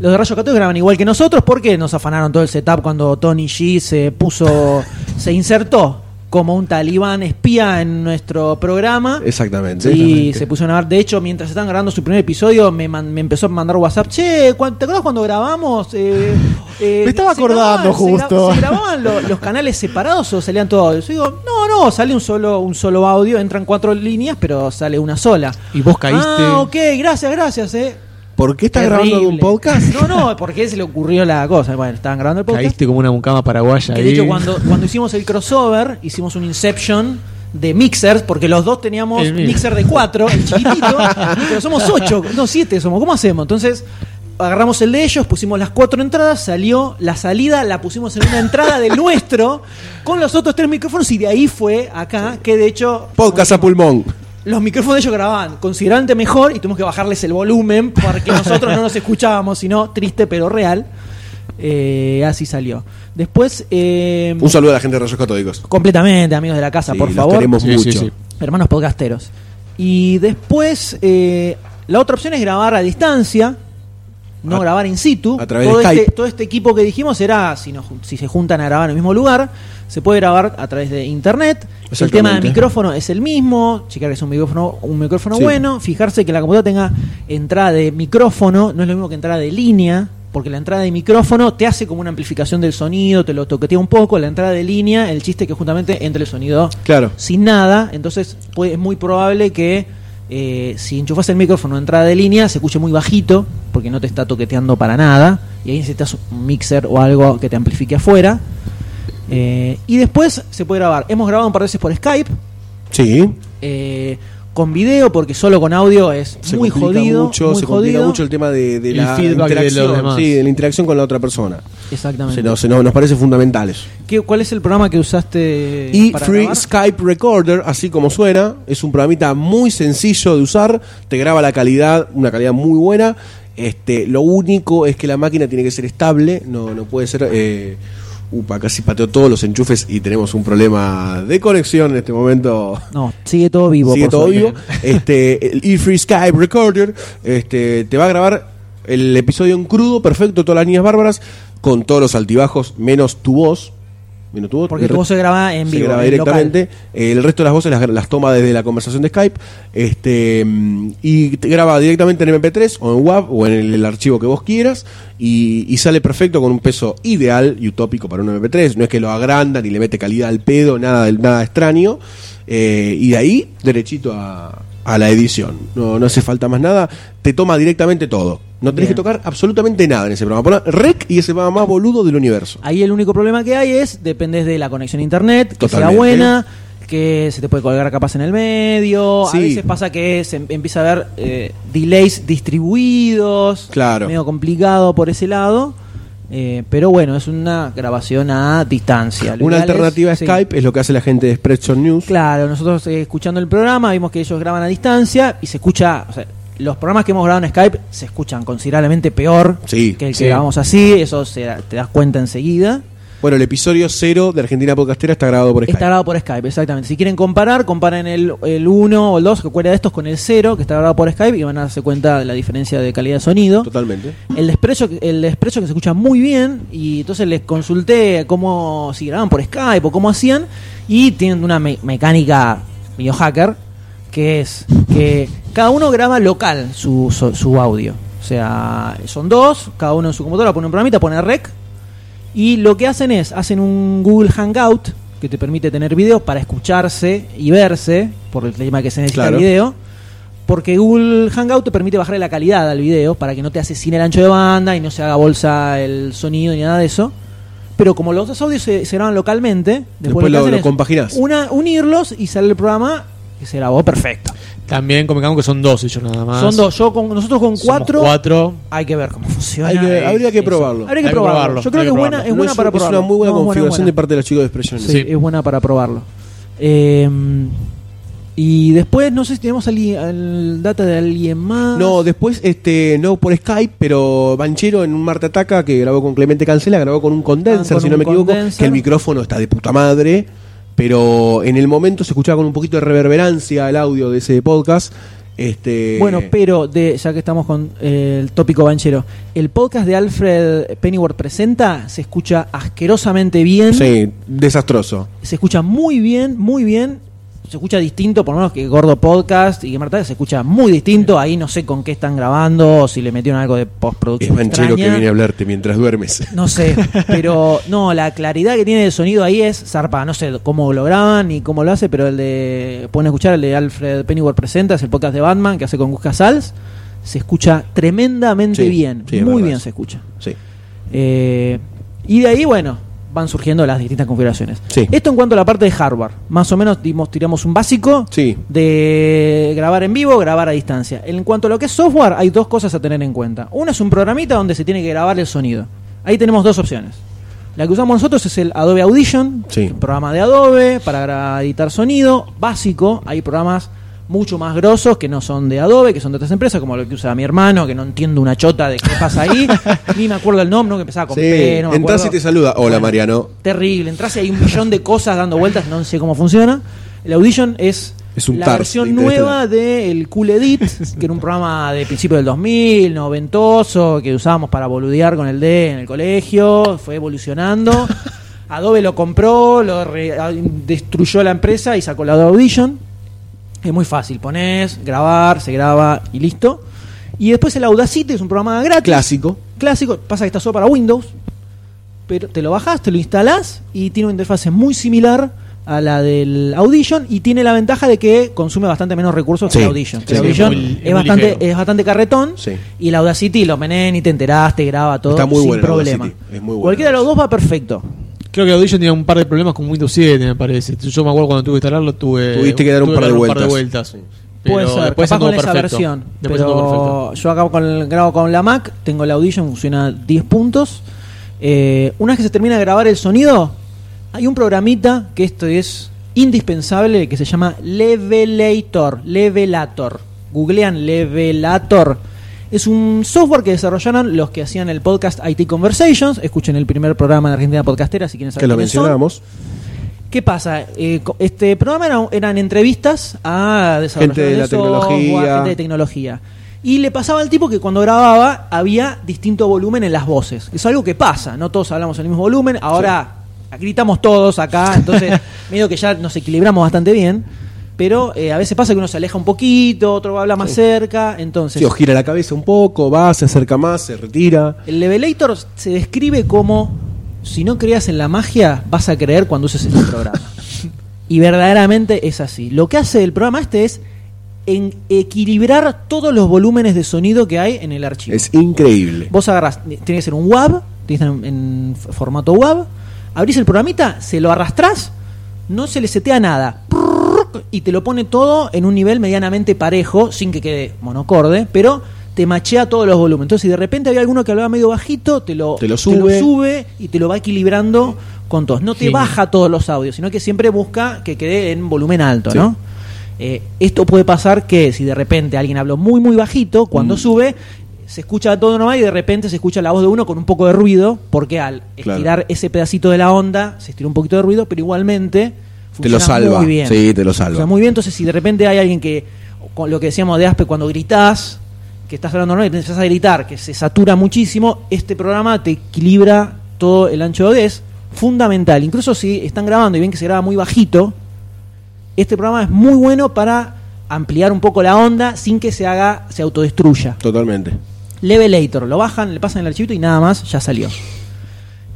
Los de Rayo Católico graban igual que nosotros porque nos afanaron todo el setup cuando Tony G se puso, se insertó como un talibán espía en nuestro programa. Exactamente. Y se pusieron a ver. De hecho, mientras estaban grabando su primer episodio, me, man- me empezó a mandar WhatsApp. Che, ¿cu- ¿te acuerdas cuando grabamos? Eh, eh, Me estaba se acordando grababan- se gra- justo. ¿Se, grababan lo- los canales separados o salían todos? Yo digo, no, no, sale un solo, un solo audio, entran cuatro líneas, pero sale una sola. Y vos caíste. Ah, ok, gracias, gracias, eh. ¿Por qué estás Terrible. grabando algún podcast? No, no, porque se le ocurrió la cosa. Bueno, estaban grabando el podcast. Caíste como una mucama paraguaya. Que de ahí. hecho, cuando, cuando hicimos el crossover, hicimos un Inception de mixers, porque los dos teníamos El mío. mixer de cuatro, el [laughs] chiquitito, pero somos ocho, no, siete somos. ¿Cómo hacemos? Entonces. Agarramos el de ellos, pusimos las cuatro entradas, salió la salida, la pusimos en una entrada del nuestro, con los otros tres micrófonos, y de ahí fue acá, que de hecho. Podcast a pulmón. Los micrófonos de ellos grababan considerablemente mejor y tuvimos que bajarles el volumen [laughs] porque nosotros no nos escuchábamos, sino triste pero real. Eh, así salió. Después, eh, Un saludo a la gente de Rayos Catódicos. completamente, amigos de la casa, Sí, por los favor. queremos Sí, sí, mucho. sí. Hermanos podcasteros. Y después, eh, la otra opción es grabar a distancia, no A- grabar in situ. a través de todo, Skype. este, todo este equipo que dijimos era, si, nos jun- si se juntan a grabar en el mismo lugar, se puede grabar a través de internet. El tema del Exactamente. micrófono es el mismo, checar que es un micrófono, un micrófono Sí. bueno, fijarse que la computadora tenga entrada de micrófono, no es lo mismo que entrada de línea. Porque la entrada de micrófono te hace como una amplificación del sonido, te lo toquetea un poco. La entrada de línea, el chiste que justamente entre el sonido Claro. sin nada, entonces puede- es muy probable que eh, si enchufas el micrófono de entrada de línea se escuche muy bajito, porque no te está toqueteando para nada, y ahí necesitas un mixer o algo que te amplifique afuera. Eh, y después se puede grabar. Hemos grabado un par de veces por Skype, Sí. eh, con video, porque solo con audio es Se muy complica jodido. Mucho, muy se complica jodido. mucho el tema de, de El la feedback de los interacción. demás. sí, de la interacción con la otra persona. Exactamente. Se nos, se nos- nos parece fundamentales. ¿Qué- ¿Cuál es el programa que usaste Y para Free grabar? Skype Recorder, así como suena, es un programita muy sencillo de usar, te graba la calidad, una calidad muy buena. Este, lo único es que la máquina tiene que ser estable, no, no puede ser. eh, upa, casi pateó todos los enchufes y tenemos un problema de conexión en este momento. No, sigue todo vivo. Sigue por todo suerte. vivo. Este, el eFree Skype Recorder este, te va a grabar el episodio en crudo, perfecto, todas las niñas bárbaras, con todos los altibajos, menos tu voz. Menos tu voz. Porque El tu re- voz se graba en se vivo. graba en directamente. Eh, El resto de las voces las, las toma desde la conversación de Skype. Este, mm, y te graba directamente en MP3 o en WAV o en el, el archivo que vos quieras. Y, y sale perfecto con un peso ideal y utópico para un MP3. No es que lo agranda ni le mete calidad al pedo, nada, del- nada extraño. Eh, y de ahí, derechito a, a la edición. No, no hace falta más nada. Te toma directamente todo. No tenés Bien. que tocar absolutamente nada en ese programa. Poná Rec y ese programa más boludo del universo. Ahí el único problema que hay es, dependes de la conexión a internet, que Totalmente. sea buena, que se te puede colgar capaz en el medio. Sí. A veces pasa que se em- empieza a ver eh, delays distribuidos. Claro. Medio complicado por ese lado. Eh, pero bueno, es una grabación a distancia. Lo Una ideal es- alternativa a sí. Skype es lo que hace la gente de Spreadshot News. Claro, nosotros eh, escuchando el programa vimos que ellos graban a distancia y se escucha, o sea, los programas que hemos grabado en Skype se escuchan considerablemente peor Sí, que el que sí. grabamos así, eso se da- te das cuenta enseguida. Bueno, el episodio cero de Argentina Podcastera está grabado por Skype. Está grabado por Skype, exactamente. Si quieren comparar, comparen el, el 1 o el 2, que cualquiera de estos, con el 0, que está grabado por Skype, y van a darse cuenta de la diferencia de calidad de sonido. Totalmente. El desprecio, el desprecio que se escucha muy bien, y entonces les consulté cómo, si grababan por Skype o cómo hacían, y tienen una me- mecánica medio hacker, que es que cada uno graba local su, su, su audio. O sea, son dos, cada uno en su computadora pone un programita, pone rec, y lo que hacen es, hacen un Google Hangout que te permite tener videos para escucharse y verse, por el tema que se necesita Claro. el video. Porque Google Hangout te permite bajar la calidad al video para que no te asesine el ancho de banda y no se haga bolsa el sonido ni nada de eso. Pero como los dos audios se, se graban localmente, después, Después lo- lo, que hacen lo es compaginás. una- unirlos y sale el programa que se grabó perfecto. También convengamos que son dos ellos nada más. Son dos, yo con, nosotros con Somos cuatro, cuatro. hay que ver cómo funciona. Hay que- habría que Eso. probarlo. Habría que Hay que probarlo. probarlo, Yo creo hay que que es buena, probarlo. es No, buena es- para es probarlo. una muy buena No, es buena, configuración buena. de parte de los chicos de Spreadshot News. Sí, Sí. es buena para probarlo. Eh, y después, no sé si tenemos ali- al data de alguien más. No, después, este, no por Skype, pero Banchero en un Marta Ataca que grabó con Clemente Cancela, grabó con un Ah, condenser, con si no un me equivoco, condenser. que el micrófono está de puta madre, pero en el momento se escuchaba con un poquito de reverberancia el audio de ese podcast. Este, Bueno, pero de, ya que estamos con eh, el tópico banchero, el podcast de Alfred Pennyworth Presenta se escucha asquerosamente bien. Sí, desastroso. Se escucha muy bien, muy bien. Se escucha distinto, por lo menos que Gordo Podcast y que Marta se escucha muy distinto. Ahí no sé con qué están grabando, o si le metieron algo de Es postproducción. Banchero que extraña. viene a hablarte mientras duermes. No sé, pero no, la claridad que tiene el sonido ahí es zarpa. No sé cómo lo graban ni cómo lo hace, pero el de. Pueden escuchar el de Alfred Pennyworth Presenta, es el podcast de Batman que hace con Gus Casals. Se escucha tremendamente Sí, bien, sí, es muy verdad. bien se escucha. [laughs] Sí. Eh, y de ahí, bueno, van surgiendo las distintas configuraciones. Sí. Esto en cuanto a la parte de hardware. Más o menos dimos- tiramos un básico Sí. de grabar en vivo, grabar a distancia. En cuanto a lo que es software, hay dos cosas a tener en cuenta. Una es un programita donde se tiene que grabar el sonido. Ahí tenemos dos opciones. La que usamos nosotros es el Adobe Audition, Sí. un programa de Adobe para gra- editar sonido básico. Hay programas mucho más grosos que no son de Adobe, que son de otras empresas, como lo que usa mi hermano, que no entiendo una chota de qué pasa [laughs] ahí. Ni me acuerdo el nombre, ¿no? que empezaba con Sí, P, no me entras acuerdo. y te saluda. Hola, Mariano. Terrible, entras y hay un millón de cosas dando vueltas, no sé cómo funciona. El Audition es, Es un la TARS de versión Interestelar. nueva del Cool [laughs] Edit, que era un programa de principio del 2000, noventoso, que usábamos para boludear con el D en el colegio, fue [laughs] evolucionando. Adobe lo compró, lo re- destruyó la empresa y sacó la de Audition. Es muy fácil, pones, grabar, se graba y listo. Y después el Audacity es un programa gratis Clásico. clásico, pasa que está solo para Windows, pero te lo bajás, te lo instalás y tiene una interfase muy similar a la del Audition y tiene la ventaja de que consume bastante menos recursos Sí, que el Audition. sí, el sí, Audition es muy- es, es muy bastante, ligero. es bastante carretón Sí. y el Audacity lo menén y te enterás, te graba todo Está muy sin bueno el problema. Audacity, es muy bueno Cualquiera de el los dos va perfecto. Creo que Audition tenía un par de problemas con Windows 7, me parece. Yo me acuerdo cuando tuve que instalarlo, tuve. Tuviste que dar un tuve par de vueltas. Pero Puede ser, después capaz anduvo con esa perfecto. versión. Después anduvo perfecto. pero yo acabo con el- grabo con la Mac, tengo la Audition, funciona 10 puntos. Eh, una vez que se termina de grabar el sonido, hay un programita que esto es indispensable que se llama Levelator. Levelator. Googlean Levelator. Es un software que desarrollaron los que hacían el podcast IT Conversations. Escuchen el primer programa de Argentina Podcastera si quieren saber que lo quiénes son. mencionábamos. ¿Qué pasa? Eh, co- este programa era- eran entrevistas a desarrolladores Gente de la software, tecnología. gente de tecnología. Y le pasaba al tipo que cuando grababa había distinto volumen en las voces. Es algo que pasa, no todos hablamos el mismo volumen. Ahora gritamos todos acá, [laughs] entonces medio que ya nos equilibramos bastante bien. Pero eh, a veces pasa que uno se aleja un poquito, otro habla más cerca. Entonces, Sí, o gira la cabeza un poco, va, se acerca más, se retira. el Levelator se describe como si no creas en la magia, vas a creer cuando uses este programa. y verdaderamente es así. Lo que hace el programa este es en equilibrar todos los volúmenes de sonido que hay en el archivo. Es increíble. Vos agarrás, tiene que ser un WAV, tiene que estar en, en f- formato WAV, abrís el programita, se lo arrastrás, no se le setea nada. prrrr, Y te lo pone todo en un nivel medianamente parejo, sin que quede monocorde, pero te machea todos los volúmenes. Entonces, si de repente había alguno que hablaba medio bajito, te lo, Te lo sube. sube y te lo va equilibrando con todos. No te Genial. baja todos los audios, sino que siempre busca que quede en volumen alto, Sí. ¿no? Eh, esto puede pasar que si de repente alguien habló muy muy bajito, Mm. cuando sube se escucha todo normal y de repente se escucha la voz de uno con un poco de ruido, porque al Claro. estirar ese pedacito de la onda se estiró un poquito de ruido, pero igualmente Te lo funciona salva. Muy bien. Sí, te lo salva. O sea, muy bien, entonces si de repente hay alguien que, con lo que decíamos de Aspe, cuando gritás, que estás hablando normal y te empezás a gritar, que se satura muchísimo, este programa te equilibra todo el ancho de onda, es fundamental. Incluso si están grabando y ven que se graba muy bajito, este programa es muy bueno para ampliar un poco la onda sin que se haga, se autodestruya. Totalmente. Levelator, lo bajan, le pasan el archivito y nada más, ya salió.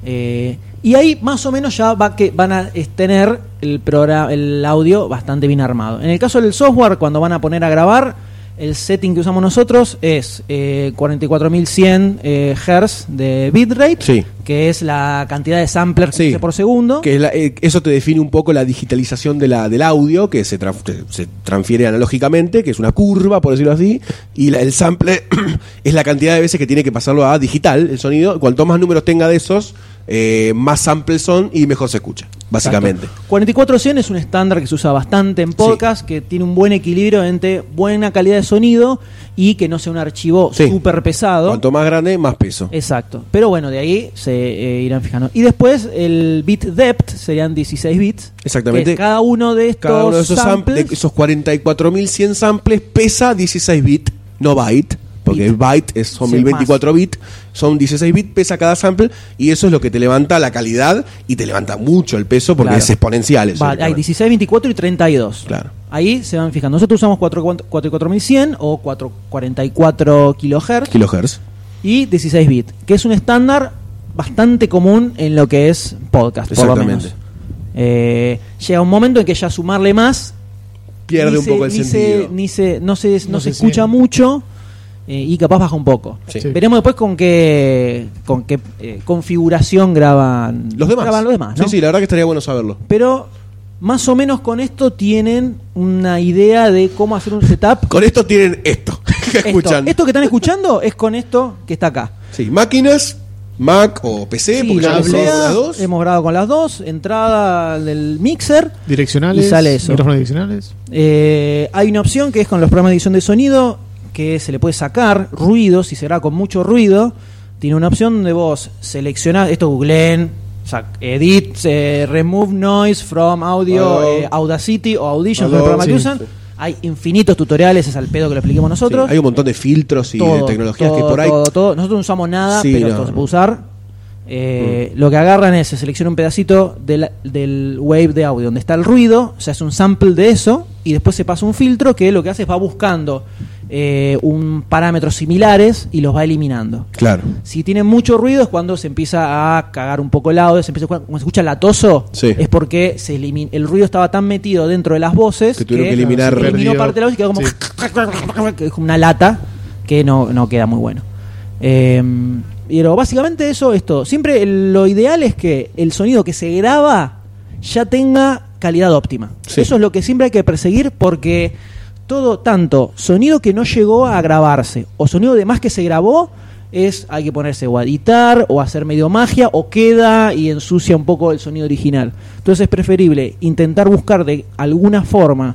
Eh, y ahí más o menos ya va que van a es, tener el, programa, el audio bastante bien armado. En el caso del software, cuando van a poner a grabar, el setting que usamos nosotros es eh, 44.100 eh, Hz de bitrate, Sí. que es la cantidad de samplers que Sí. hace por segundo. Que es la- eh, eso te define un poco la digitalización de la, del audio, que se, traf- que se transfiere analógicamente, que es una curva, por decirlo así, y la- el sample [clears throat] es la cantidad de veces que tiene que pasarlo a digital, el sonido. Cuanto más números tenga de esos, eh, más samples son y mejor se escucha, básicamente. Exacto. 4400 es un estándar que se usa bastante en podcast, que tiene un buen equilibrio entre buena calidad de sonido y que no sea un archivo Sí. súper pesado. Cuanto más grande, más peso. Exacto. Pero bueno, de ahí se eh, irán fijando. Y después el bit depth serían 16 bits. Exactamente. Que cada uno de estos Cada uno de esos, samples, samples, de esos 44.100 samples pesa 16 bits, no byte, porque Bit. el byte es, son Sí, 1024 bits, son 16 bits, pesa cada sample y eso es lo que te levanta la calidad y te levanta mucho el peso porque Claro. es exponencial. eso, va- hay directamente. 16, 24 y 32. Claro. Ahí se van fijando. Nosotros usamos 4 44100 o 444 kilohertz. kilohertz. y 16 bits, que es un estándar bastante común en lo que es podcast, por lo Exactamente. menos. Eh, llega un momento en que ya sumarle más Pierde ni un se- poco el ni sentido. Se, ni se- no se, no No se se escucha siente. mucho eh, y capaz baja un poco. Sí. Sí. Veremos después con qué, con qué eh, configuración graban Los demás. graban los demás, ¿no? Sí, sí, la verdad que estaría bueno saberlo. Pero más o menos con esto tienen una idea de cómo hacer un setup. Con esto tienen esto [laughs] que Esto- escuchan. esto que están escuchando es con esto que está acá. Sí, máquinas, Mac o PC, Sí, porque ya la hemos probado amplia, las dos. Hemos grabado con las dos. Entrada del mixer. Direccionales. Y sale eso. Micrófonos direccionales. Eh, hay una opción que es con los programas de edición de sonido que se le puede sacar ruido, si será con mucho ruido. Tiene una opción donde vos seleccionás, esto googleen, sac- edit, eh, remove noise from audio, Hello. eh, Audacity o Audition, Hello, que es el programa que sí, usan. sí. Hay infinitos tutoriales, es al pedo que lo expliquemos Sí, nosotros. hay un montón de filtros y de tecnologías que todo, por ahí todo, todo. Nosotros no usamos nada, Sí, pero no. Mm. esto se puede usar. Eh, Lo que agarran es, se selecciona un pedacito del, del wave de audio donde está el ruido, se hace un sample de eso y después se pasa un filtro que lo que hace es va buscando eh, un parámetros similares y los va eliminando. Claro. Si tiene mucho ruido es cuando se empieza a cagar un poco el audio, se empieza, cuando se escucha latoso, Sí. es porque se elimi- el ruido estaba tan metido dentro de las voces Que tuvieron que eliminar- se eliminó Perdido. parte de la voz y quedó como, Sí. [laughs] que es como una lata que no, no queda muy bueno. Eh, Pero básicamente eso es todo. Siempre el- lo ideal es que el sonido que se graba ya tenga calidad óptima. Sí. Eso es lo que siempre hay que perseguir porque todo tanto sonido que no llegó a grabarse o sonido de más que se grabó es hay que ponerse o a editar o a hacer medio magia o queda y ensucia un poco el sonido original. Entonces es preferible intentar buscar de alguna forma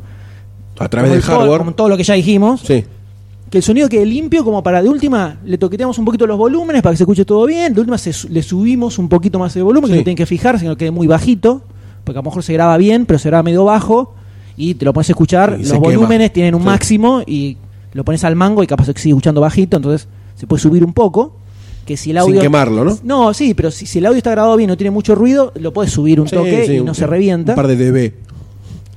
A través como el del todo- hardware. como todo lo que ya dijimos, Sí. que el sonido quede limpio como para de última le toqueteamos un poquito los volúmenes para que se escuche todo bien, de última se su- le subimos un poquito más el volumen, Sí. que no tienen que fijarse, que no quede muy bajito, porque a lo mejor se graba bien, pero se graba medio bajo y te lo puedes escuchar, Y se los quema. volúmenes tienen un Sí. máximo y lo pones al mango y capaz que sigue escuchando bajito, entonces se puede subir un poco, que si el audio Sin quemarlo, ¿no? No, sí, pero si, si el audio está grabado bien, no tiene mucho ruido, lo puedes subir un Sí, toque sí, y no un- se revienta. Un par de dB.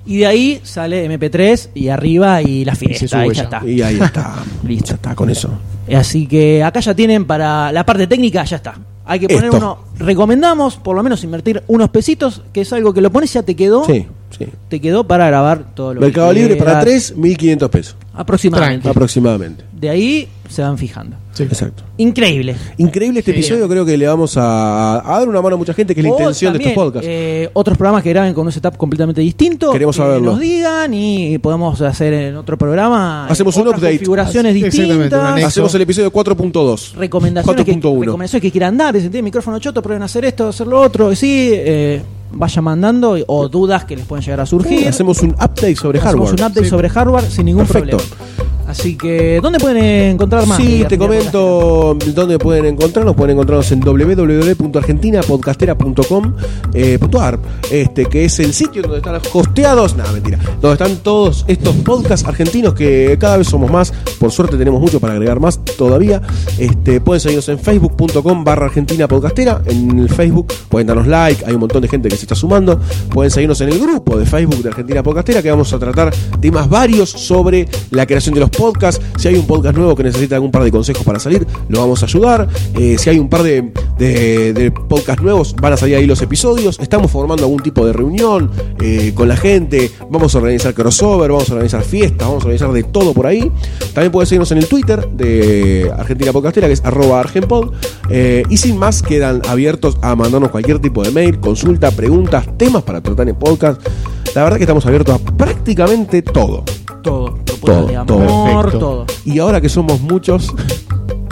Y de ahí sale MP3 y arriba y la fiesta se sube y ya ya. está. Y ahí [laughs] está. Listo. Ya está con eso. Así que acá ya tienen para la parte técnica, ya está. Hay que poner Esto. uno. Recomendamos por lo menos invertir unos pesitos, que es algo que lo pones y ya te quedó. Sí, sí. Te quedó para grabar todo lo Mercado que Libre para quieras. 3, 1500 pesos. Aproximadamente. Tranqui. Aproximadamente. De ahí se van fijando. Exacto. Increíble. Increíble este Genial. episodio, creo que le vamos a, a dar una mano a mucha gente, que es la O intención de estos también, podcasts. eh, otros programas que graben con un setup completamente distinto. Queremos que saberlo. nos digan y podemos hacer en otro programa. eh, Hacemos un otras update. Configuraciones Exactamente, una distintas. anexa. Hacemos el episodio 4.2. recomendaciones que, 4.1. recomendaciones que quieran dar, sentir el micrófono choto, prueben hacer esto, hacer lo otro, y sí, eh, vayan mandando y- o dudas que les pueden llegar a surgir. Hacemos un update sobre Hacemos hardware. un update sobre hardware sin ningún Perfecto. problema. Así que, ¿dónde pueden encontrar más? Sí, Miguel? te comento dónde pueden encontrarnos. Pueden encontrarnos en www.argentinapodcastera.com.ar, eh, este, que es el sitio donde están hosteados, nada, mentira, donde están todos estos podcasts argentinos que cada vez somos más. Por suerte tenemos mucho para agregar más todavía. Este, pueden seguirnos en facebook.com barra Argentina Podcastera. En el Facebook pueden darnos like, hay un montón de gente que se está sumando. Pueden seguirnos en el grupo de Facebook de Argentina Podcastera, que vamos a tratar temas varios sobre la creación de los podcasts. Si hay un podcast nuevo que necesita algún par de consejos para salir, lo vamos a ayudar. Eh, si hay un par de, de- de podcasts nuevos, van a salir ahí los episodios. Estamos formando algún tipo de reunión eh, con la gente. Vamos a organizar crossover, vamos a organizar fiestas, vamos a organizar de todo por ahí. También puedes seguirnos en el Twitter de Argentina Podcastera, que es arroba argenpod. Eh, y sin más, quedan abiertos a mandarnos cualquier tipo de mail, consulta, preguntas, temas para tratar en podcast. La verdad que estamos abiertos a prácticamente todo. Todo, propuestas Todo, de amor, todo. Perfecto. todo. Y ahora que somos muchos,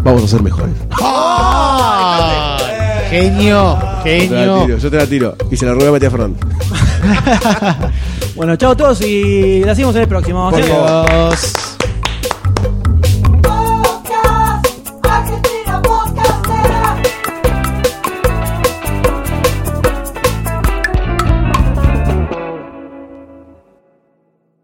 vamos a ser mejores. ¡Ah! Yo Genio, te la tiro, genio. yo te la tiro. Y se la ruega a Matías Fernández. Bueno, chao a todos y la seguimos en el próximo. Por Chao. favor. Adiós.